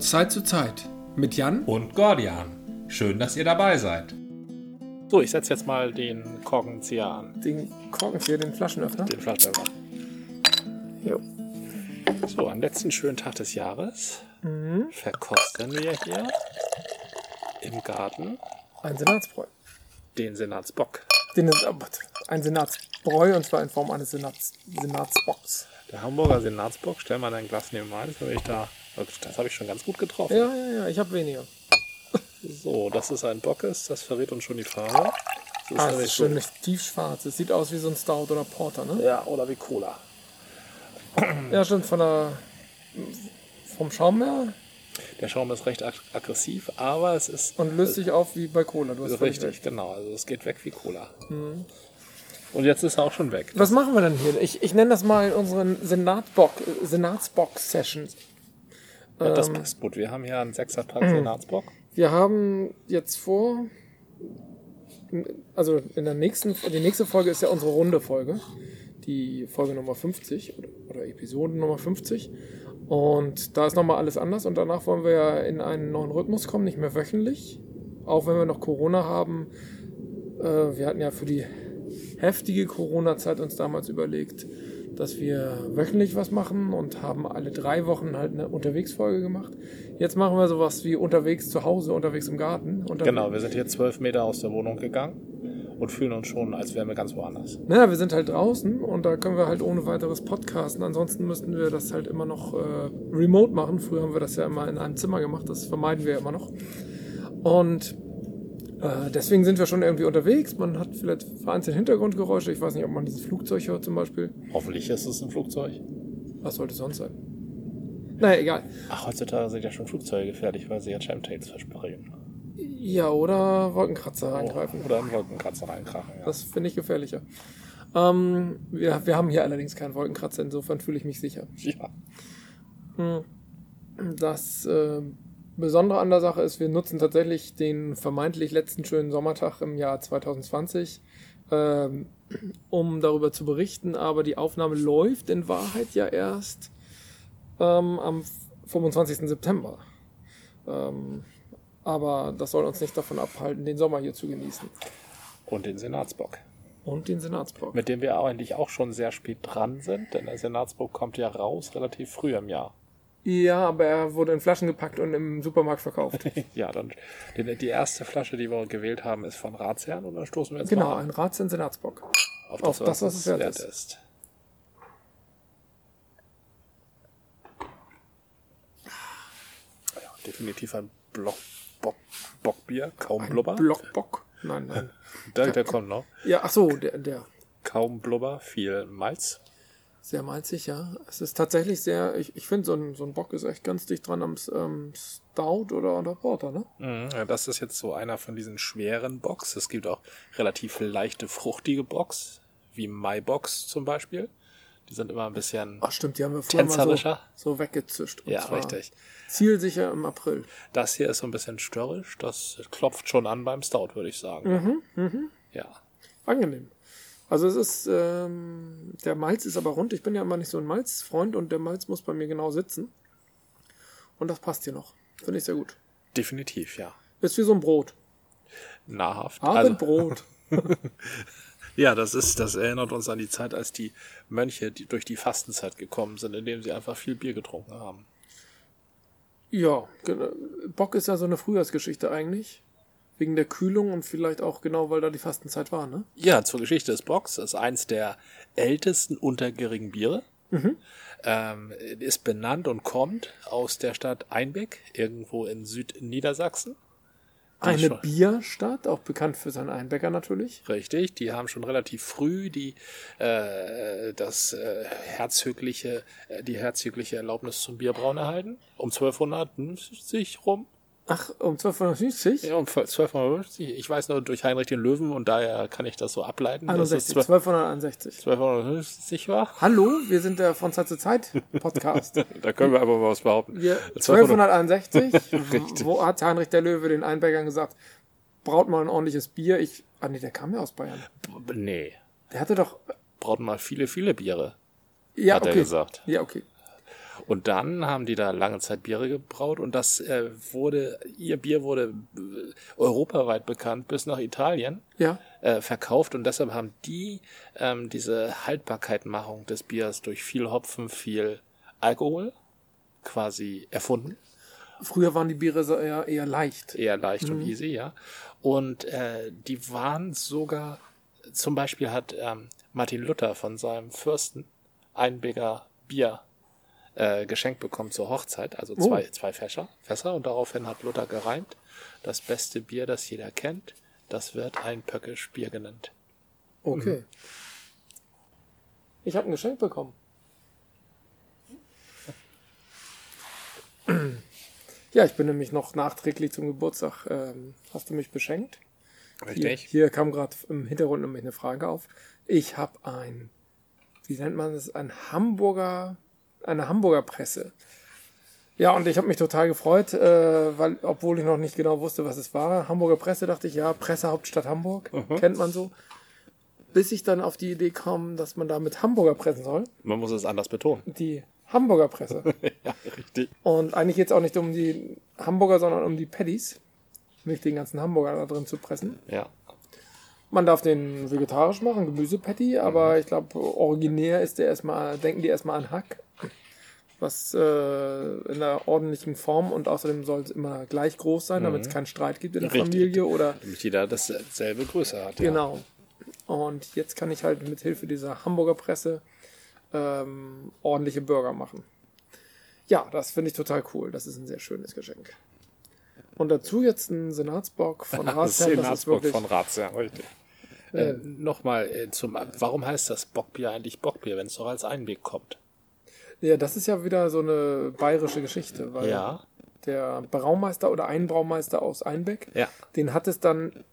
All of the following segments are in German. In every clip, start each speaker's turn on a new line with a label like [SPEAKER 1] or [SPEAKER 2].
[SPEAKER 1] Zeit zu Zeit mit Jan.
[SPEAKER 2] und Gordian. Schön, dass ihr dabei seid.
[SPEAKER 3] So, ich setze jetzt mal den Korkenzieher an.
[SPEAKER 1] Den Korken für den Flaschenöffner.
[SPEAKER 3] Den Flaschenöffner.
[SPEAKER 1] Jo.
[SPEAKER 3] So, am letzten schönen Tag des Jahres verkosten wir hier im Garten
[SPEAKER 4] Ein Senatsbräu.
[SPEAKER 3] den Senatsbock.
[SPEAKER 4] Den ist, oh Gott, ein Senatsbräu und zwar in Form eines Senats, Senatsbocks.
[SPEAKER 3] Der Hamburger Senatsbock, stell mal dein Glas nebenan, das habe ich da. Das habe ich schon ganz gut getroffen.
[SPEAKER 4] Ja, ja, ja, ich habe weniger.
[SPEAKER 3] So, dass es ein Bock ist, das verrät uns schon die Farbe. Das ist
[SPEAKER 4] Ah, es
[SPEAKER 3] nämlich
[SPEAKER 4] ist schon
[SPEAKER 3] so-
[SPEAKER 4] nicht tiefschwarz. Es sieht aus wie so ein Stout oder Porter, ne?
[SPEAKER 3] Ja, oder wie Cola.
[SPEAKER 4] Ja, stimmt, von der. vom Schaum her
[SPEAKER 3] Der Schaum ist recht ag aggressiv, aber es ist
[SPEAKER 4] und löst sich auf wie bei Cola. Du hast
[SPEAKER 3] Das ist
[SPEAKER 4] völlig
[SPEAKER 3] richtig,
[SPEAKER 4] recht.
[SPEAKER 3] genau. Also es geht weg wie Cola. Und jetzt ist er auch schon weg.
[SPEAKER 4] Was machen wir denn hier? Ich, ich nenne das mal unsere Senatbock, Senatsbock-Session.
[SPEAKER 3] Ja, das passt gut. Wir haben hier einen 6er Pack Senatsbock.
[SPEAKER 4] Wir haben jetzt vor, also in der nächsten, die nächste Folge ist ja unsere runde Folge, die Folge Nummer 50 oder, oder Episode Nummer 50. Und da ist nochmal alles anders und danach wollen wir ja in einen neuen Rhythmus kommen, nicht mehr wöchentlich. Auch wenn wir noch Corona haben. Äh, wir hatten ja für die heftige Corona-Zeit uns damals überlegt, dass wir wöchentlich was machen und haben alle drei Wochen halt eine Unterwegsfolge gemacht. Jetzt machen wir sowas wie unterwegs zu Hause, unterwegs im Garten. Unterwegs
[SPEAKER 3] Genau, wir sind hier zwölf Meter aus der Wohnung gegangen und fühlen uns schon, als wären wir ganz woanders.
[SPEAKER 4] Naja, wir sind halt draußen und da können wir halt ohne weiteres podcasten. Ansonsten müssten wir das halt immer noch äh, remote machen. Früher haben wir das ja immer in einem Zimmer gemacht, das vermeiden wir ja immer noch. Und äh, deswegen sind wir schon irgendwie unterwegs. Man hat vielleicht vereinzelt Hintergrundgeräusche. Ich weiß nicht, ob man dieses Flugzeug hört zum Beispiel.
[SPEAKER 3] Hoffentlich ist es ein Flugzeug.
[SPEAKER 4] Was sollte es sonst sein? Naja, egal.
[SPEAKER 3] Ach, heutzutage sind ja schon Flugzeuge gefährlich, weil sie ja Chemtrails versprechen.
[SPEAKER 4] Ja, oder Wolkenkratzer eingreifen.
[SPEAKER 3] Oder einen Wolkenkratzer reinkrachen. Ja.
[SPEAKER 4] Das finde ich gefährlicher. Ähm, wir, wir haben hier allerdings keinen Wolkenkratzer, insofern fühle ich mich sicher.
[SPEAKER 3] ja.
[SPEAKER 4] Das äh, Besondere an der Sache ist, wir nutzen tatsächlich den vermeintlich letzten schönen Sommertag im Jahr 2020, ähm, um darüber zu berichten. Aber die Aufnahme läuft in Wahrheit ja erst ähm, am 25. September. Ähm, aber das soll uns nicht davon abhalten, den Sommer hier zu genießen.
[SPEAKER 3] Und den Senatsbock.
[SPEAKER 4] Und den Senatsblock.
[SPEAKER 3] Mit dem wir eigentlich auch schon sehr spät dran sind, denn der Senatsbock kommt ja raus relativ früh im Jahr.
[SPEAKER 4] Ja, aber er wurde in Flaschen gepackt und im Supermarkt verkauft.
[SPEAKER 3] Ja, dann die, die erste Flasche, die wir gewählt haben, ist von Ratsherrn und dann stoßen wir jetzt
[SPEAKER 4] genau,
[SPEAKER 3] mal
[SPEAKER 4] ein Rats in Senatsbock.
[SPEAKER 3] auf
[SPEAKER 4] auf das, was es wert ist.
[SPEAKER 3] Ja, definitiv ein Block, Bock, Bockbier, kaum Blubber.
[SPEAKER 4] Blockbock? Nein, nein.
[SPEAKER 3] Der, der kommt noch.
[SPEAKER 4] Ja, ach so, der, der.
[SPEAKER 3] Kaum Blubber, viel Malz.
[SPEAKER 4] Sehr malzig, ja. Es ist tatsächlich sehr, ich, ich finde, so ein, so ein Bock ist echt ganz dicht dran am S- ähm, Stout oder an der Porter, ne?
[SPEAKER 3] Mhm, ja, das ist jetzt so einer von diesen schweren Box. Es gibt auch relativ leichte, fruchtige Box, wie Maibox zum Beispiel. Die sind immer ein bisschen
[SPEAKER 4] Ach stimmt, die haben wir früher mal so,
[SPEAKER 3] Tänzerischer.
[SPEAKER 4] so weggezischt. Und
[SPEAKER 3] Ja,
[SPEAKER 4] zwar
[SPEAKER 3] richtig.
[SPEAKER 4] Zielsicher im April.
[SPEAKER 3] Das hier ist so ein bisschen störrisch. Das klopft schon an beim Stout, würde ich sagen. Ja.
[SPEAKER 4] Angenehm. Also es ist, ähm, der Malz ist aber rund. Ich bin ja immer nicht so ein Malzfreund und der Malz muss bei mir genau sitzen. Und das passt hier noch. Finde ich sehr gut.
[SPEAKER 3] Definitiv, ja.
[SPEAKER 4] Ist wie so ein Brot.
[SPEAKER 3] Nahrhaft. Also,
[SPEAKER 4] Abendbrot.
[SPEAKER 3] ja, das ist, das erinnert uns an die Zeit, als die Mönche die durch die Fastenzeit gekommen sind, indem sie einfach viel Bier getrunken haben.
[SPEAKER 4] ja, genau. Bock ist ja so eine Frühjahrsgeschichte eigentlich. Wegen der Kühlung und vielleicht auch genau, weil da die Fastenzeit war, ne?
[SPEAKER 3] Ja, zur Geschichte des Bocks ist eins der ältesten untergärigen Biere. Ähm, ist benannt und kommt aus der Stadt Einbeck, irgendwo in Südniedersachsen. Die
[SPEAKER 4] Eine
[SPEAKER 3] schon-
[SPEAKER 4] Bierstadt, auch bekannt für seinen Einbäcker natürlich.
[SPEAKER 3] Richtig, die haben schon relativ früh die äh, das äh, herzögliche äh, die herzögliche Erlaubnis zum Bierbrauen erhalten um 1250 rum
[SPEAKER 4] Ach, um 1250?
[SPEAKER 3] ja um 1250 ich weiß nur durch Heinrich den Löwen und daher kann ich das so ableiten dass es
[SPEAKER 4] 61,
[SPEAKER 3] 12
[SPEAKER 4] 1261.
[SPEAKER 3] 1250 war
[SPEAKER 4] Hallo, wir sind der von Zeit zu Zeit Podcast.
[SPEAKER 3] da können wir aber mal was behaupten
[SPEAKER 4] Wir,
[SPEAKER 3] 1200
[SPEAKER 4] 1261, wo hat Heinrich der Löwe den Einbäckern gesagt, braut mal ein ordentliches Bier. Ich, ah nee, der kam ja aus Bayern.
[SPEAKER 3] nee
[SPEAKER 4] Der hatte doch,
[SPEAKER 3] brauten mal viele viele Biere
[SPEAKER 4] ja,
[SPEAKER 3] Hat er
[SPEAKER 4] okay.
[SPEAKER 3] gesagt.
[SPEAKER 4] Ja, okay.
[SPEAKER 3] Und dann haben die da lange Zeit Biere gebraut und das äh, wurde, ihr Bier wurde äh, europaweit bekannt bis nach Italien
[SPEAKER 4] Ja.
[SPEAKER 3] äh, verkauft und deshalb haben die ähm, diese Haltbarkeitmachung des Biers durch viel Hopfen, viel Alkohol quasi erfunden.
[SPEAKER 4] Früher waren die Biere so eher, eher leicht.
[SPEAKER 3] eher leicht und easy, ja. Und äh, die waren sogar, zum Beispiel hat ähm, Martin Luther von seinem Fürsten ein Bigger Bier äh, geschenkt bekommen zur Hochzeit, also zwei, zwei Fässer, Fässer. Und daraufhin hat Luther gereimt, das beste Bier, das jeder kennt, das wird ein Pöckisch Bier genannt.
[SPEAKER 4] Okay. Mhm. Ich habe ein Geschenk bekommen. Ja, ich bin nämlich noch nachträglich zum Geburtstag. Ähm, hast du mich beschenkt? Hier, hier kam gerade im Hintergrund nämlich eine Frage auf. Ich habe ein, wie nennt man das, ein Hamburger, eine Hamburger Presse. Ja, und ich habe mich total gefreut, äh, weil, obwohl ich noch nicht genau wusste, was es war. Hamburger Presse dachte ich, ja, Pressehauptstadt Hamburg,
[SPEAKER 3] Mhm.
[SPEAKER 4] kennt man so. Bis ich dann auf die Idee kam, dass man damit Hamburger pressen soll.
[SPEAKER 3] Man muss es anders betonen.
[SPEAKER 4] Die Hamburger Presse.
[SPEAKER 3] Ja, richtig.
[SPEAKER 4] Und eigentlich geht's auch nicht um die Hamburger, sondern um die Patties. Nicht den ganzen Hamburger da drin zu pressen.
[SPEAKER 3] Ja.
[SPEAKER 4] Man darf den vegetarisch machen, Gemüsepatty,
[SPEAKER 3] Mhm.
[SPEAKER 4] aber ich glaube, originär ist der erstmal, denken die erstmal an Hack. Was äh, in einer ordentlichen Form und außerdem soll es immer gleich groß sein, damit es keinen Streit gibt in der
[SPEAKER 3] Mhm. Richtig.
[SPEAKER 4] Familie oder
[SPEAKER 3] Damit jeder dasselbe Größe hat.
[SPEAKER 4] genau. Und jetzt kann ich halt mit Hilfe dieser Hamburger Presse ähm, ordentliche Burger machen. Ja, das finde ich total cool. Das ist ein sehr schönes Geschenk. Und dazu jetzt ein Senatsbock von
[SPEAKER 3] Ja. Das ist
[SPEAKER 4] Ratsherrn.
[SPEAKER 3] in
[SPEAKER 4] Das ist
[SPEAKER 3] Habsburg
[SPEAKER 4] wirklich
[SPEAKER 3] von Ratz, ja, richtig. Äh, Nochmal äh, zum, warum heißt das Bockbier eigentlich Bockbier, wenn es doch als Einweg kommt?
[SPEAKER 4] Ja, das ist ja wieder so eine bayerische Geschichte, weil
[SPEAKER 3] Ja.
[SPEAKER 4] der Braumeister oder ein Braumeister aus Einbeck,
[SPEAKER 3] Ja.
[SPEAKER 4] den hat es dann,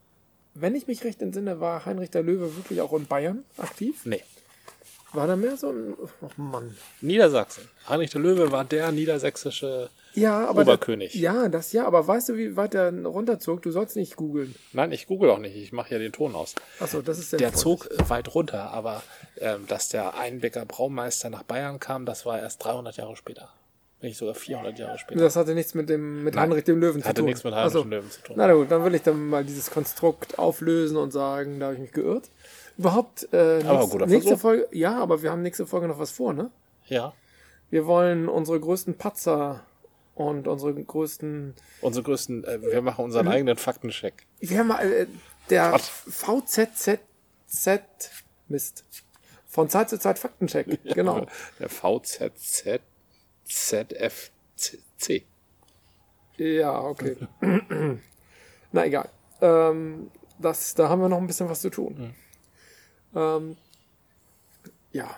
[SPEAKER 4] wenn ich mich recht entsinne, war Heinrich der Löwe wirklich auch in Bayern aktiv.
[SPEAKER 3] Nee.
[SPEAKER 4] War da mehr so ein. Oh Mann.
[SPEAKER 3] Niedersachsen. Heinrich der Löwe war der niedersächsische.
[SPEAKER 4] Ja, aber. da-
[SPEAKER 3] Oberkönig.
[SPEAKER 4] ja, das ja, aber weißt du, wie weit der runterzog? Du sollst nicht googeln.
[SPEAKER 3] Nein, ich google auch nicht, ich mache ja den Ton aus.
[SPEAKER 4] Achso, das ist der.
[SPEAKER 3] Der
[SPEAKER 4] Freund.
[SPEAKER 3] zog äh, weit runter, aber ähm, dass der Einbecker Braumeister nach Bayern kam, das war erst 300 Jahre später. Wenn nicht sogar 400 Jahre später.
[SPEAKER 4] Das hatte nichts mit dem mit Heinrich dem Löwen zu
[SPEAKER 3] Hatte
[SPEAKER 4] tun.
[SPEAKER 3] nichts mit Heinrich dem Löwen zu tun.
[SPEAKER 4] Na na gut, dann will ich dann mal dieses Konstrukt auflösen und sagen, da habe ich mich geirrt. Überhaupt, äh,
[SPEAKER 3] Aber
[SPEAKER 4] nächst,
[SPEAKER 3] guter
[SPEAKER 4] nächste
[SPEAKER 3] Versuch.
[SPEAKER 4] Folge, ja, aber wir haben nächste Folge noch was vor, ne?
[SPEAKER 3] Ja.
[SPEAKER 4] Wir wollen unsere größten Patzer und unsere größten,
[SPEAKER 3] Unsere größten, äh, wir machen unseren eigenen Faktencheck.
[SPEAKER 4] wir haben mal, äh, der VZZZ, Mist, von Zeit zu Zeit Faktencheck, genau.
[SPEAKER 3] Der VZZ ZFC.
[SPEAKER 4] Ja, okay. Na egal. Ähm, das, da haben wir noch ein bisschen was zu tun. Ähm, ja.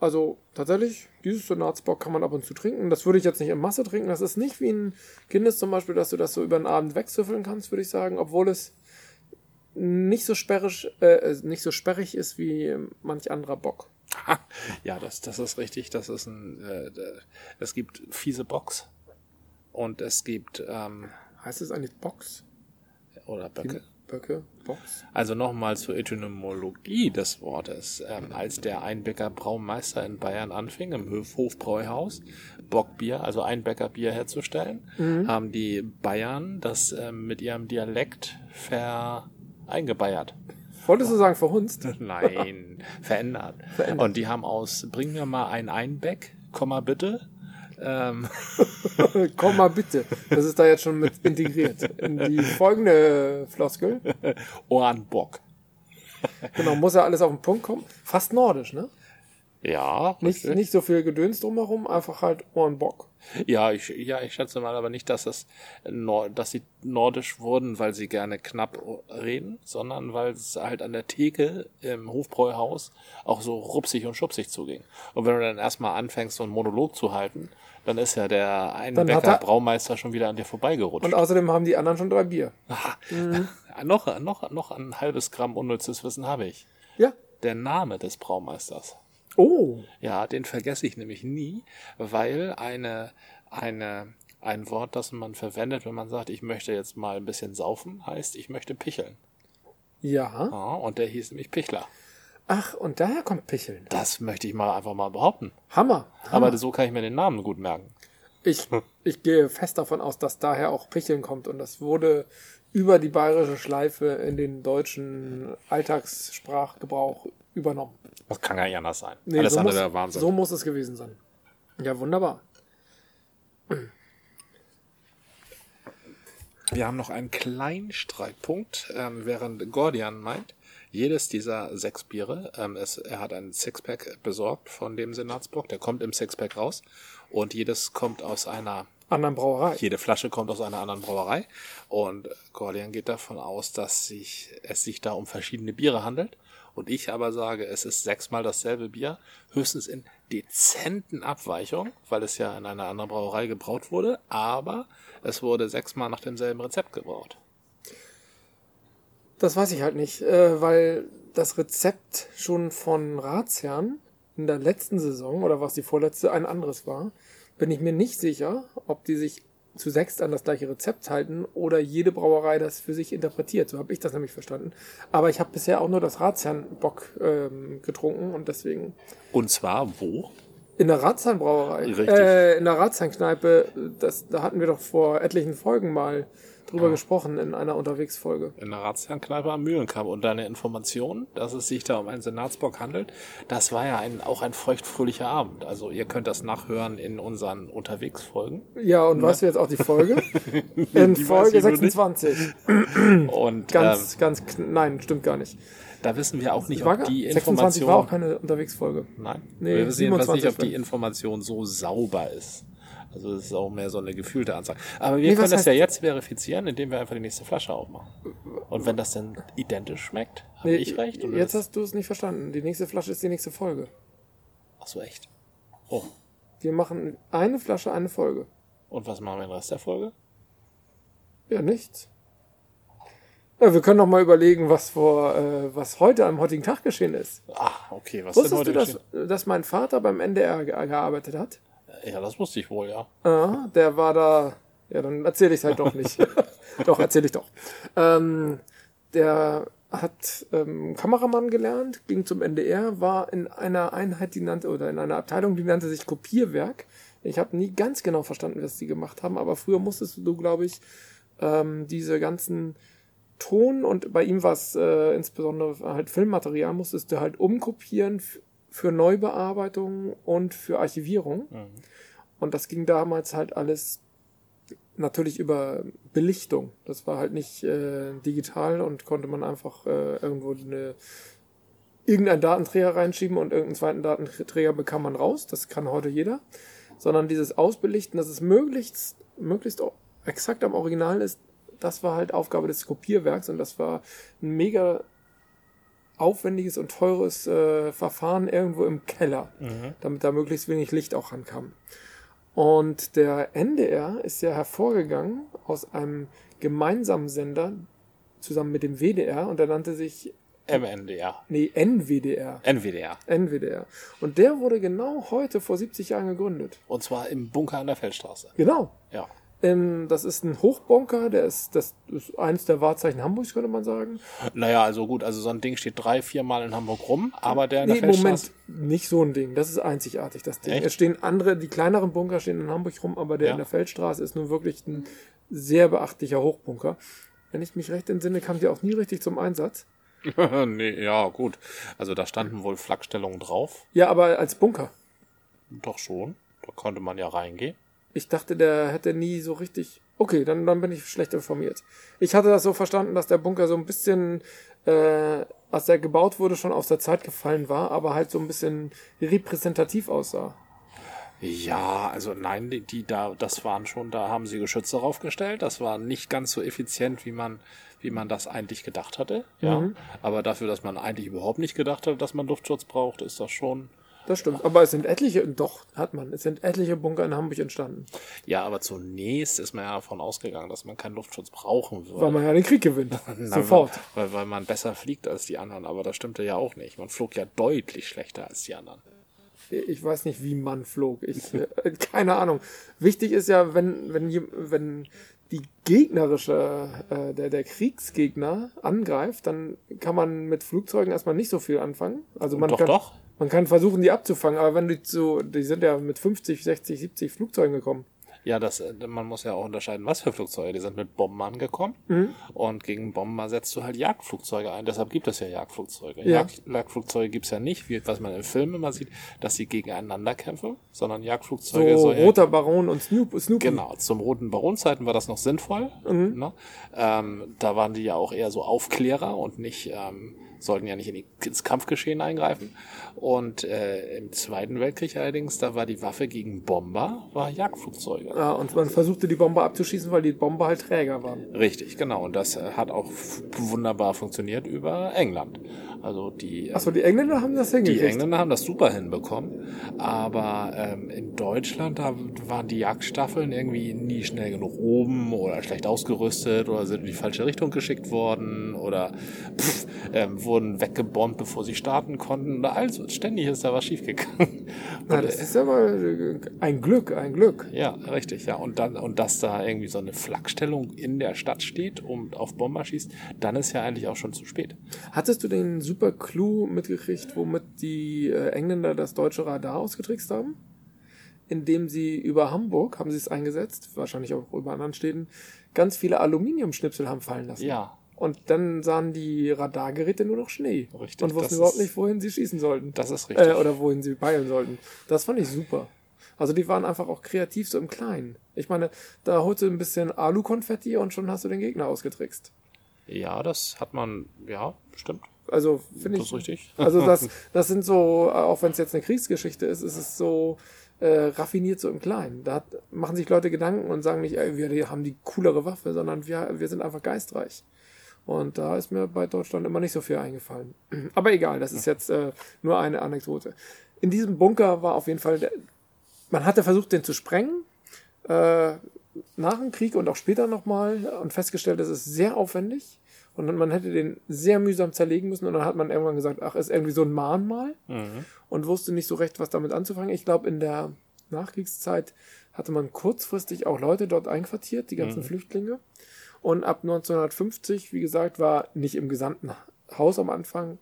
[SPEAKER 4] Also tatsächlich, dieses Donatsbock kann man ab und zu trinken. Das würde ich jetzt nicht in Masse trinken. Das ist nicht wie ein Guinness zum Beispiel, dass du das so über den Abend wegzüffeln kannst, würde ich sagen, obwohl es nicht so sperrig, äh, nicht so sperrig ist wie manch anderer Bock.
[SPEAKER 3] Ja, das, das ist richtig. Das ist ein. Äh, d- es gibt fiese Box und es gibt ähm,
[SPEAKER 4] Heißt es eigentlich Box?
[SPEAKER 3] oder Böcke.
[SPEAKER 4] Böcke? Box?
[SPEAKER 3] Also nochmal zur Etymologie des Wortes. Ähm, als der Einbecker Braumeister in Bayern anfing, im Hof- Hofbräuhaus, Bockbier, also Einbäckerbier herzustellen, haben die Bayern das ähm, mit ihrem Dialekt ver eingebeiert.
[SPEAKER 4] Wolltest du sagen verhunzt?
[SPEAKER 3] Nein, verändert. Und die haben aus, bring mir mal ein Einbeck, Komma bitte. Ähm,
[SPEAKER 4] Komm mal bitte. Das ist da jetzt schon mit integriert. In die folgende Floskel.
[SPEAKER 3] Ohrenbock.
[SPEAKER 4] Genau, muss ja alles auf den Punkt kommen. Fast nordisch, ne?
[SPEAKER 3] Ja,
[SPEAKER 4] Nicht,
[SPEAKER 3] richtig.
[SPEAKER 4] nicht so viel Gedöns drumherum, einfach halt Ohrenbock.
[SPEAKER 3] ja, ich, ja, ich schätze mal aber nicht, dass, das Nor dass sie nordisch wurden, weil sie gerne knapp reden, sondern weil es halt an der Theke im Hofbräuhaus auch so rupsig und schubsig zuging. Und wenn du dann erstmal anfängst, so einen Monolog zu halten, dann ist ja der
[SPEAKER 4] hat er-
[SPEAKER 3] Einbecker Braumeister schon wieder an dir vorbeigerutscht.
[SPEAKER 4] Und außerdem haben die anderen schon drei Bier.
[SPEAKER 3] Mhm. noch, noch, noch ein halbes Gramm unnützes Wissen habe ich.
[SPEAKER 4] Ja.
[SPEAKER 3] Der Name des Braumeisters.
[SPEAKER 4] Oh.
[SPEAKER 3] Ja, den vergesse ich nämlich nie, weil eine, eine, ein Wort, das man verwendet, wenn man sagt, ich möchte jetzt mal ein bisschen saufen, heißt, ich möchte picheln.
[SPEAKER 4] Ja.
[SPEAKER 3] Ja, und der hieß nämlich Pichler.
[SPEAKER 4] Ach, und daher kommt Picheln.
[SPEAKER 3] Das möchte ich mal einfach mal behaupten.
[SPEAKER 4] Hammer.
[SPEAKER 3] Aber so kann ich mir den Namen gut merken.
[SPEAKER 4] Ich, ich gehe fest davon aus, dass daher auch Picheln kommt und das wurde über die bayerische Schleife in den deutschen Alltagssprachgebrauch übernommen.
[SPEAKER 3] Das kann gar nicht anders sein.
[SPEAKER 4] Nee,
[SPEAKER 3] Alles
[SPEAKER 4] so
[SPEAKER 3] andere
[SPEAKER 4] muss-
[SPEAKER 3] wäre Wahnsinn.
[SPEAKER 4] So muss es gewesen sein. Ja, wunderbar.
[SPEAKER 3] Wir haben noch einen kleinen Streitpunkt, ähm, während Gordian meint, jedes dieser sechs Biere, ähm, es, er hat einen Sixpack besorgt von dem Senatsburg, der kommt im Sixpack raus und jedes kommt aus einer,
[SPEAKER 4] Anderen Brauerei.
[SPEAKER 3] jede Flasche kommt aus einer anderen Brauerei und Gordian geht davon aus, dass sich, es sich da um verschiedene Biere handelt und ich aber sage, es ist sechsmal dasselbe Bier, höchstens in dezenten Abweichungen, weil es ja in einer anderen Brauerei gebraut wurde, aber es wurde sechsmal nach demselben Rezept gebraut.
[SPEAKER 4] Das weiß ich halt nicht, äh, weil das Rezept schon von Ratsherrn in der letzten Saison oder was die vorletzte ein anderes war, bin ich mir nicht sicher, ob die sich zu sechst an das gleiche Rezept halten oder jede Brauerei das für sich interpretiert. So habe ich das nämlich verstanden. Aber ich habe bisher auch nur das Ratsherrn-Bock ähm, getrunken und deswegen
[SPEAKER 3] Und zwar wo?
[SPEAKER 4] in der Ratsherrn-Brauerei,
[SPEAKER 3] Richtig.
[SPEAKER 4] äh, in der Ratsherrn-Kneipe, das, da hatten wir doch vor etlichen Folgen mal drüber gesprochen in einer Unterwegs-Folge.
[SPEAKER 3] In der Ratsherrenkneipe am Mühlenkamp. Und deine Information, dass es sich da um einen Senatsbock handelt, das war ja ein, auch ein feuchtfröhlicher Abend. Also ihr könnt das nachhören in unseren Unterwegsfolgen.
[SPEAKER 4] Ja, und weißt du jetzt auch die Folge? In
[SPEAKER 3] Die weiß
[SPEAKER 4] Folge
[SPEAKER 3] ich nur nicht.
[SPEAKER 4] 26.
[SPEAKER 3] Und
[SPEAKER 4] Ganz,
[SPEAKER 3] ähm,
[SPEAKER 4] ganz, kn- nein, stimmt gar nicht.
[SPEAKER 3] da wissen wir auch nicht,
[SPEAKER 4] War
[SPEAKER 3] ob
[SPEAKER 4] gar,
[SPEAKER 3] die
[SPEAKER 4] 26 war auch
[SPEAKER 3] Information...
[SPEAKER 4] keine Unterwegsfolge.
[SPEAKER 3] Nein,
[SPEAKER 4] Nee,
[SPEAKER 3] wir wissen jedenfalls nicht, ob
[SPEAKER 4] 27
[SPEAKER 3] die Information so sauber ist. Also es ist auch mehr so eine gefühlte Ansage. Aber wir
[SPEAKER 4] Nee, was
[SPEAKER 3] können das
[SPEAKER 4] heißt-
[SPEAKER 3] ja jetzt verifizieren, indem wir einfach die nächste Flasche aufmachen. Und wenn das dann identisch schmeckt, habe
[SPEAKER 4] Nee,
[SPEAKER 3] ich recht? Oder
[SPEAKER 4] jetzt
[SPEAKER 3] das-
[SPEAKER 4] hast du es nicht verstanden. Die nächste Flasche ist die nächste Folge.
[SPEAKER 3] Ach so, echt? Oh,
[SPEAKER 4] Wir machen eine Flasche, eine Folge.
[SPEAKER 3] und was machen wir den Rest der Folge?
[SPEAKER 4] Ja, nichts. Ja, wir können noch mal überlegen, was vor, äh, was heute am heutigen Tag geschehen ist.
[SPEAKER 3] Ah, okay, was denn
[SPEAKER 4] Wusstest
[SPEAKER 3] heute
[SPEAKER 4] du, dass,
[SPEAKER 3] geschehen?
[SPEAKER 4] dass mein Vater beim NDR ge- gearbeitet hat?
[SPEAKER 3] Ja, das wusste ich wohl, ja.
[SPEAKER 4] Ja, der war da. Ja, dann erzähle ich es halt doch nicht. doch, erzähle ich doch. Ähm, der hat ähm, Kameramann gelernt, ging zum NDR, war in einer Einheit, die nannte, oder in einer Abteilung, die nannte sich Kopierwerk. Ich habe nie ganz genau verstanden, was die gemacht haben, aber früher musstest du, glaube ich, ähm, diese ganzen Ton und bei ihm war es äh, insbesondere halt Filmmaterial, musstest du halt umkopieren f- für Neubearbeitung und für Archivierung. Und das ging damals halt alles natürlich über Belichtung. Das war halt nicht äh, digital und konnte man einfach äh, irgendwo eine, irgendeinen Datenträger reinschieben und irgendeinen zweiten Datenträger bekam man raus. Das kann heute jeder. Sondern dieses Ausbelichten, dass es möglichst, möglichst au- exakt am Original ist, das war halt Aufgabe des Kopierwerks und das war ein mega aufwendiges und teures äh, Verfahren irgendwo im Keller, damit da möglichst wenig Licht auch rankam. Und der NDR ist ja hervorgegangen aus einem gemeinsamen Sender zusammen mit dem WDR und der nannte sich,
[SPEAKER 3] MNDR.
[SPEAKER 4] nee, NWDR.
[SPEAKER 3] NWDR.
[SPEAKER 4] NWDR. Und der wurde genau heute vor 70 Jahren gegründet.
[SPEAKER 3] Und zwar im Bunker an der Feldstraße.
[SPEAKER 4] Genau.
[SPEAKER 3] Ja.
[SPEAKER 4] Ähm, das ist ein Hochbunker, der ist, das ist eins der Wahrzeichen Hamburgs, könnte man sagen.
[SPEAKER 3] Naja, also gut, also so ein Ding steht drei, viermal in Hamburg rum, aber der in der
[SPEAKER 4] Nee,
[SPEAKER 3] Feldstraße.
[SPEAKER 4] Moment, nicht so ein Ding. Das ist einzigartig, das Ding.
[SPEAKER 3] Echt?
[SPEAKER 4] Es stehen andere, die kleineren Bunker stehen in Hamburg rum, aber der
[SPEAKER 3] Ja.
[SPEAKER 4] in der Feldstraße ist nun wirklich ein sehr beachtlicher Hochbunker. Wenn ich mich recht entsinne, kam der auch nie richtig zum Einsatz.
[SPEAKER 3] nee, ja, gut. Also da standen wohl Flakstellungen drauf.
[SPEAKER 4] Ja, aber als Bunker.
[SPEAKER 3] Doch schon. Da konnte man ja reingehen.
[SPEAKER 4] Ich dachte, der hätte nie so richtig. Okay, dann, dann bin ich schlecht informiert. Ich hatte das so verstanden, dass der Bunker so ein bisschen, äh, als er gebaut wurde, schon aus der Zeit gefallen war, aber halt so ein bisschen repräsentativ aussah.
[SPEAKER 3] Ja, also nein, die, die da, das waren schon, da haben sie Geschütze draufgestellt. Das war nicht ganz so effizient, wie man, wie man das eigentlich gedacht hatte. Ja.
[SPEAKER 4] Mhm.
[SPEAKER 3] Aber dafür, dass man eigentlich überhaupt nicht gedacht hat, dass man Luftschutz braucht, ist das schon.
[SPEAKER 4] Das stimmt. Aber es sind etliche, doch, hat man, es sind etliche Bunker in Hamburg entstanden.
[SPEAKER 3] Ja, aber zunächst ist man ja davon ausgegangen, dass man keinen Luftschutz brauchen würde.
[SPEAKER 4] Weil man ja den Krieg gewinnt.
[SPEAKER 3] Na,
[SPEAKER 4] Sofort.
[SPEAKER 3] Weil, weil, weil man besser fliegt als die anderen, aber das stimmte ja auch nicht. Man flog ja deutlich schlechter als die anderen.
[SPEAKER 4] Ich weiß nicht, wie man flog. Ich, äh, keine Ahnung. Wichtig ist ja, wenn, wenn, je- wenn die gegnerische, äh, der, der Kriegsgegner angreift, dann kann man mit Flugzeugen erstmal nicht so viel anfangen. Also man
[SPEAKER 3] doch,
[SPEAKER 4] kann,
[SPEAKER 3] doch.
[SPEAKER 4] man kann versuchen, die abzufangen, aber wenn die so, die sind ja mit 50, 60, 70 Flugzeugen gekommen.
[SPEAKER 3] Ja, das, äh, man muss ja auch unterscheiden, was für Flugzeuge. Die sind mit Bomben angekommen
[SPEAKER 4] Mhm.
[SPEAKER 3] und gegen Bomber setzt du halt Jagdflugzeuge ein. Deshalb gibt es ja Jagdflugzeuge.
[SPEAKER 4] Ja.
[SPEAKER 3] Jagd, Jagdflugzeuge gibt's ja nicht, wie, was man im Film immer sieht, dass sie gegeneinander kämpfen, sondern
[SPEAKER 4] So
[SPEAKER 3] Jagdflugzeuge sollen ja-
[SPEAKER 4] roter Baron und Snoop, Snoopy.
[SPEAKER 3] Genau, zum Roten Baron-Zeiten war das noch sinnvoll. Ne? Ähm, da waren die ja auch eher so Aufklärer und nicht, ähm, sollten ja nicht in die, ins Kampfgeschehen eingreifen. Und äh, im Zweiten Weltkrieg allerdings, da war die Waffe gegen Bomber, war Jagdflugzeuge.
[SPEAKER 4] Ja, und man versuchte die Bombe abzuschießen, weil die Bombe halt Träger waren.
[SPEAKER 3] Richtig, genau. Und das äh, hat auch f- wunderbar funktioniert über England. Also die, äh,
[SPEAKER 4] Achso, die Engländer haben das
[SPEAKER 3] die
[SPEAKER 4] hingekriegt.
[SPEAKER 3] Engländer haben das super hinbekommen. Aber ähm, in Deutschland da waren die Jagdstaffeln irgendwie nie schnell genug oben oder schlecht ausgerüstet oder sind in die falsche Richtung geschickt worden oder pff, ähm, wurden weggebombt, bevor sie starten konnten. Also ständig ist da was schiefgegangen.
[SPEAKER 4] Na, das ist ja mal äh, ein Glück, ein Glück.
[SPEAKER 3] Ja, richtig, ja. Und dann, und dass da irgendwie so eine Flakstellung in der Stadt steht und auf Bomber schießt, dann ist ja eigentlich auch schon zu spät.
[SPEAKER 4] Hattest du den super Clou mitgekriegt, womit die äh, Engländer das deutsche Radar ausgetrickst haben? Indem sie über Hamburg, haben sie es eingesetzt, wahrscheinlich auch über anderen Städten, ganz viele Aluminiumschnipsel haben fallen lassen.
[SPEAKER 3] Ja.
[SPEAKER 4] Und dann sahen die Radargeräte nur noch Schnee.
[SPEAKER 3] Richtig,
[SPEAKER 4] Und
[SPEAKER 3] das
[SPEAKER 4] wussten überhaupt
[SPEAKER 3] ist-
[SPEAKER 4] nicht, wohin sie schießen sollten.
[SPEAKER 3] Das ist richtig.
[SPEAKER 4] Äh, oder wohin sie peilen sollten. Das fand ich super. Also die waren einfach auch kreativ so im Kleinen. Ich meine, da holst du ein bisschen Alu-Konfetti und schon hast du den Gegner ausgetrickst.
[SPEAKER 3] Ja, das hat man, ja, stimmt.
[SPEAKER 4] Also finde ich.
[SPEAKER 3] Das ist richtig.
[SPEAKER 4] Also das, das sind so, äh, auch wenn es jetzt eine Kriegsgeschichte ist, ist es so äh, raffiniert so im Kleinen. Da hat, machen sich Leute Gedanken und sagen nicht, ey, wir haben die coolere Waffe, sondern wir, wir sind einfach geistreich. Und da ist mir bei Deutschland immer nicht so viel eingefallen. Aber egal, das ist jetzt äh, nur eine Anekdote. In diesem Bunker war auf jeden Fall, der, man hatte versucht, den zu sprengen. Äh, nach dem Krieg und auch später nochmal und festgestellt, es ist sehr aufwendig und dann- man hätte den sehr mühsam zerlegen müssen und dann hat man irgendwann gesagt, ach, ist irgendwie so ein Mahnmal und wusste nicht so recht, was damit anzufangen. Ich glaube, in der Nachkriegszeit hatte man kurzfristig auch Leute dort einquartiert, die ganzen Flüchtlinge. Und ab 1950, wie gesagt, war nicht im gesamten Haus am Anfang,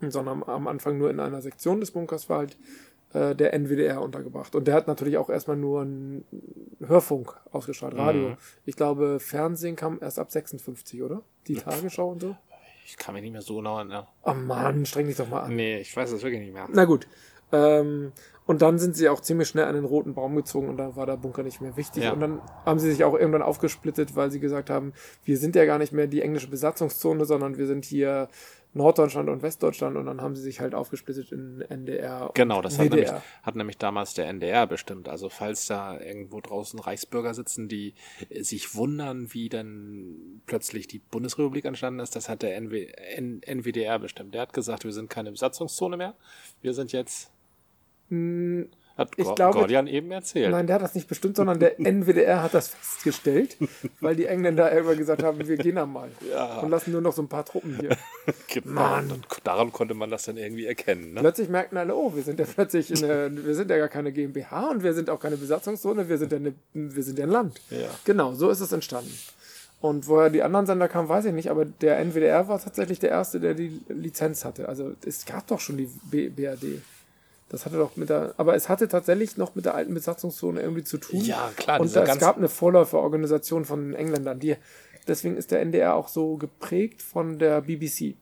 [SPEAKER 4] sondern am Anfang nur in einer Sektion des Bunkers war halt äh, der NWDR untergebracht. Und der hat natürlich auch erstmal nur einen Hörfunk ausgestrahlt, Radio. Ich glaube, Fernsehen kam erst ab 56, oder? Die Tagesschau und so.
[SPEAKER 3] Ich kann mich nicht mehr so genau erinnern.
[SPEAKER 4] Oh Mann, streng dich doch mal an.
[SPEAKER 3] Nee, ich weiß es wirklich nicht mehr.
[SPEAKER 4] Na gut. Ähm, und dann sind sie auch ziemlich schnell an den roten Baum gezogen und dann war der Bunker nicht mehr wichtig.
[SPEAKER 3] Ja.
[SPEAKER 4] Und dann haben sie sich auch irgendwann aufgesplittet, weil sie gesagt haben, wir sind ja gar nicht mehr die englische Besatzungszone, sondern wir sind hier Norddeutschland und Westdeutschland und dann haben sie sich halt aufgesplittet in NDR. und
[SPEAKER 3] Genau, das hat
[SPEAKER 4] WDR.
[SPEAKER 3] nämlich, hat nämlich damals der NDR bestimmt. Also falls da irgendwo draußen Reichsbürger sitzen, die äh, sich wundern, wie dann plötzlich die Bundesrepublik entstanden ist, das hat der NW, N, NWDR bestimmt. Der hat gesagt, wir sind keine Besatzungszone mehr. Wir sind jetzt. Hat
[SPEAKER 4] ich
[SPEAKER 3] Gor-
[SPEAKER 4] glaube-
[SPEAKER 3] Gordian eben erzählt.
[SPEAKER 4] Nein, der hat das nicht bestimmt, sondern der NWDR hat das festgestellt, weil die Engländer irgendwann gesagt haben, wir gehen da mal und lassen nur noch so ein paar Truppen hier.
[SPEAKER 3] Genau,
[SPEAKER 4] Mann.
[SPEAKER 3] und daran konnte man das dann irgendwie erkennen. Ne?
[SPEAKER 4] Plötzlich merkten alle, oh, wir sind ja plötzlich in der, wir sind ja gar keine GmbH und wir sind auch keine Besatzungszone, wir sind ja, eine, wir sind ja ein Land.
[SPEAKER 3] Ja.
[SPEAKER 4] Genau, so ist es entstanden. Und woher die anderen Sender kamen, weiß ich nicht, aber der NWDR war tatsächlich der erste, der die Lizenz hatte. Also es gab doch schon die B BRD. Das hatte doch mit der, aber es hatte tatsächlich noch mit der alten Besatzungszone irgendwie zu tun.
[SPEAKER 3] Ja, klar,
[SPEAKER 4] Und
[SPEAKER 3] diese
[SPEAKER 4] da, es
[SPEAKER 3] ganzen-
[SPEAKER 4] gab eine Vorläuferorganisation von Engländern, die, deswegen ist der NDR auch so geprägt von der BBC.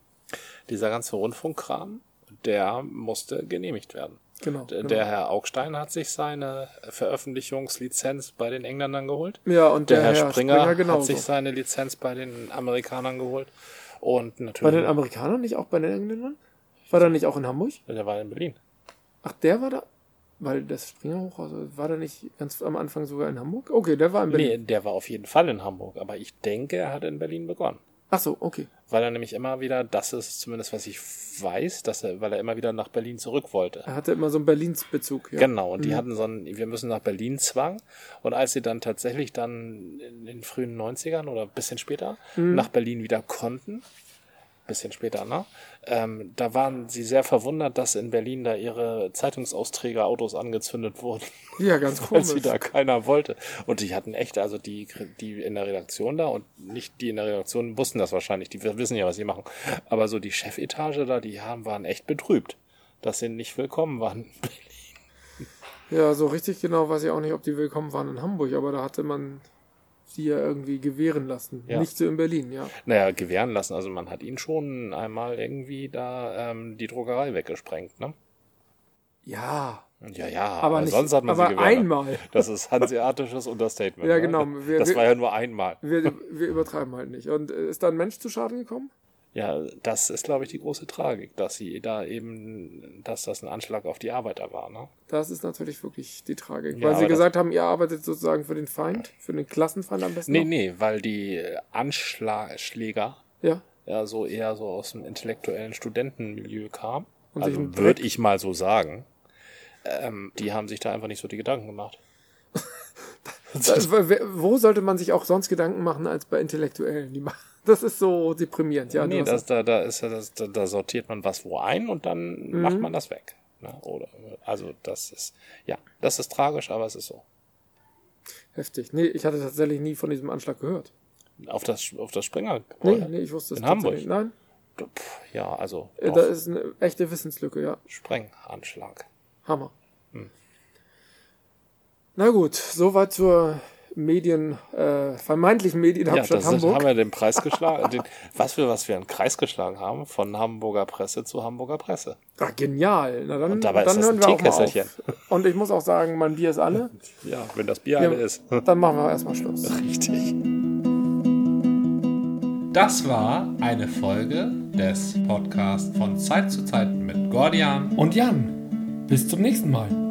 [SPEAKER 3] Dieser ganze Rundfunkkram, der musste genehmigt werden.
[SPEAKER 4] Genau.
[SPEAKER 3] Der,
[SPEAKER 4] genau.
[SPEAKER 3] äh, der Herr Augstein hat sich seine Veröffentlichungslizenz bei den Engländern geholt.
[SPEAKER 4] Ja, und
[SPEAKER 3] der,
[SPEAKER 4] der
[SPEAKER 3] Herr,
[SPEAKER 4] Herr
[SPEAKER 3] Springer,
[SPEAKER 4] Springer genau
[SPEAKER 3] hat
[SPEAKER 4] genauso.
[SPEAKER 3] sich seine Lizenz bei den Amerikanern geholt. Und
[SPEAKER 4] Bei den
[SPEAKER 3] natürlich,
[SPEAKER 4] Amerikanern nicht auch bei den Engländern? War der nicht auch in Hamburg?
[SPEAKER 3] der war in Berlin.
[SPEAKER 4] Ach, der war da. Weil das Springerhochhaus war der nicht ganz am Anfang sogar in Hamburg? Okay, der war in Berlin.
[SPEAKER 3] Nee, der war auf jeden Fall in Hamburg, aber ich denke, er hat in Berlin begonnen.
[SPEAKER 4] Ach so, okay.
[SPEAKER 3] Weil er nämlich immer wieder, das ist zumindest was ich weiß, dass er, weil er immer wieder nach Berlin zurück wollte.
[SPEAKER 4] Er hatte immer so einen Berlins-Bezug. Ja.
[SPEAKER 3] Genau, und die hatten so einen, wir müssen nach Berlin zwang. Und als sie dann tatsächlich dann in den frühen 90ern oder ein bisschen später nach Berlin wieder konnten, bisschen später, ne? Ähm, da waren sie sehr verwundert, dass in Berlin da ihre Zeitungsausträgerautos angezündet wurden,
[SPEAKER 4] Ja, ganz
[SPEAKER 3] weil
[SPEAKER 4] komisch.
[SPEAKER 3] sie da keiner wollte. Und die hatten echt, also die, die in der Redaktion da und nicht die in der Redaktion wussten das wahrscheinlich, die wissen ja, was sie machen. Aber so die Chefetage da, die haben, waren echt betrübt, dass sie nicht willkommen waren.
[SPEAKER 4] Ja, so richtig genau weiß ich auch nicht, ob die willkommen waren in Hamburg, aber da hatte man sie ja irgendwie gewähren lassen.
[SPEAKER 3] Ja.
[SPEAKER 4] Nicht so in Berlin, ja.
[SPEAKER 3] Naja, gewähren lassen. Also man hat ihn schon einmal irgendwie da ähm, die Druckerei weggesprengt, ne?
[SPEAKER 4] Ja,
[SPEAKER 3] Ja, ja,
[SPEAKER 4] aber, nicht,
[SPEAKER 3] sonst hat man
[SPEAKER 4] aber
[SPEAKER 3] sie gewährt.
[SPEAKER 4] einmal.
[SPEAKER 3] Das ist hanseatisches Unterstatement.
[SPEAKER 4] Ja,
[SPEAKER 3] ne?
[SPEAKER 4] genau. Wir-
[SPEAKER 3] das
[SPEAKER 4] wir-
[SPEAKER 3] war ja nur einmal.
[SPEAKER 4] Wir, wir übertreiben halt nicht. Und äh, ist da ein Mensch zu Schaden gekommen?
[SPEAKER 3] Ja, das ist, glaube ich, die große Tragik, dass sie da eben, dass das ein Anschlag auf die Arbeiter war, ne?
[SPEAKER 4] Das ist natürlich wirklich die Tragik.
[SPEAKER 3] Ja,
[SPEAKER 4] weil
[SPEAKER 3] aber
[SPEAKER 4] sie
[SPEAKER 3] das-
[SPEAKER 4] gesagt haben, ihr arbeitet sozusagen für den Feind, für den Klassenfeind am besten.
[SPEAKER 3] Nee,
[SPEAKER 4] noch.
[SPEAKER 3] nee, weil die Anschläger
[SPEAKER 4] Ja.
[SPEAKER 3] ja so eher so aus dem intellektuellen Studentenmilieu kamen.
[SPEAKER 4] Und sich ein
[SPEAKER 3] also würde ich mal so sagen. Ähm, die haben sich da einfach nicht so die Gedanken gemacht.
[SPEAKER 4] Das, weil wer- wo sollte man sich auch sonst Gedanken machen als bei Intellektuellen? Die machen, das ist so deprimierend. Ja, du
[SPEAKER 3] nee,
[SPEAKER 4] hast-
[SPEAKER 3] das, da, da, ist, ja das, da, da sortiert man was wo ein und dann
[SPEAKER 4] Mhm.
[SPEAKER 3] macht man das weg. Ne? Oder, also das ist, ja, das ist tragisch, aber es ist so.
[SPEAKER 4] heftig. Nee, ich hatte tatsächlich nie von diesem Anschlag gehört.
[SPEAKER 3] Auf das, auf das
[SPEAKER 4] Nee,
[SPEAKER 3] Springer-Gebäude?
[SPEAKER 4] nee, ich wusste es
[SPEAKER 3] In Hamburg?
[SPEAKER 4] tatsächlich- Nein,
[SPEAKER 3] Pff, ja, also
[SPEAKER 4] äh,
[SPEAKER 3] doch,
[SPEAKER 4] da ist eine echte Wissenslücke, ja.
[SPEAKER 3] Sprenganschlag.
[SPEAKER 4] Hammer.
[SPEAKER 3] Hm.
[SPEAKER 4] Na gut, soweit zur Medien, äh, vermeintlichen
[SPEAKER 3] Ja,
[SPEAKER 4] Medienhauptstadt
[SPEAKER 3] das ist,
[SPEAKER 4] Hamburg.
[SPEAKER 3] haben wir den Preis geschlagen. den, was wir, was wir einen Kreis geschlagen haben, von Hamburger Presse zu Hamburger Presse.
[SPEAKER 4] Ah, genial. Na dann,
[SPEAKER 3] Und dabei ist
[SPEAKER 4] dann
[SPEAKER 3] das
[SPEAKER 4] hören
[SPEAKER 3] ein
[SPEAKER 4] wir auch mal
[SPEAKER 3] Teekesselchen.
[SPEAKER 4] auf. Und ich muss auch sagen, mein Bier ist alle.
[SPEAKER 3] Ja, wenn das Bier
[SPEAKER 4] Ja.
[SPEAKER 3] alle ist.
[SPEAKER 4] Dann machen wir erstmal Schluss.
[SPEAKER 3] Richtig.
[SPEAKER 2] Das war eine Folge des Podcasts von Zeit zu Zeit mit Gordian.
[SPEAKER 1] Und Jan, bis zum nächsten Mal.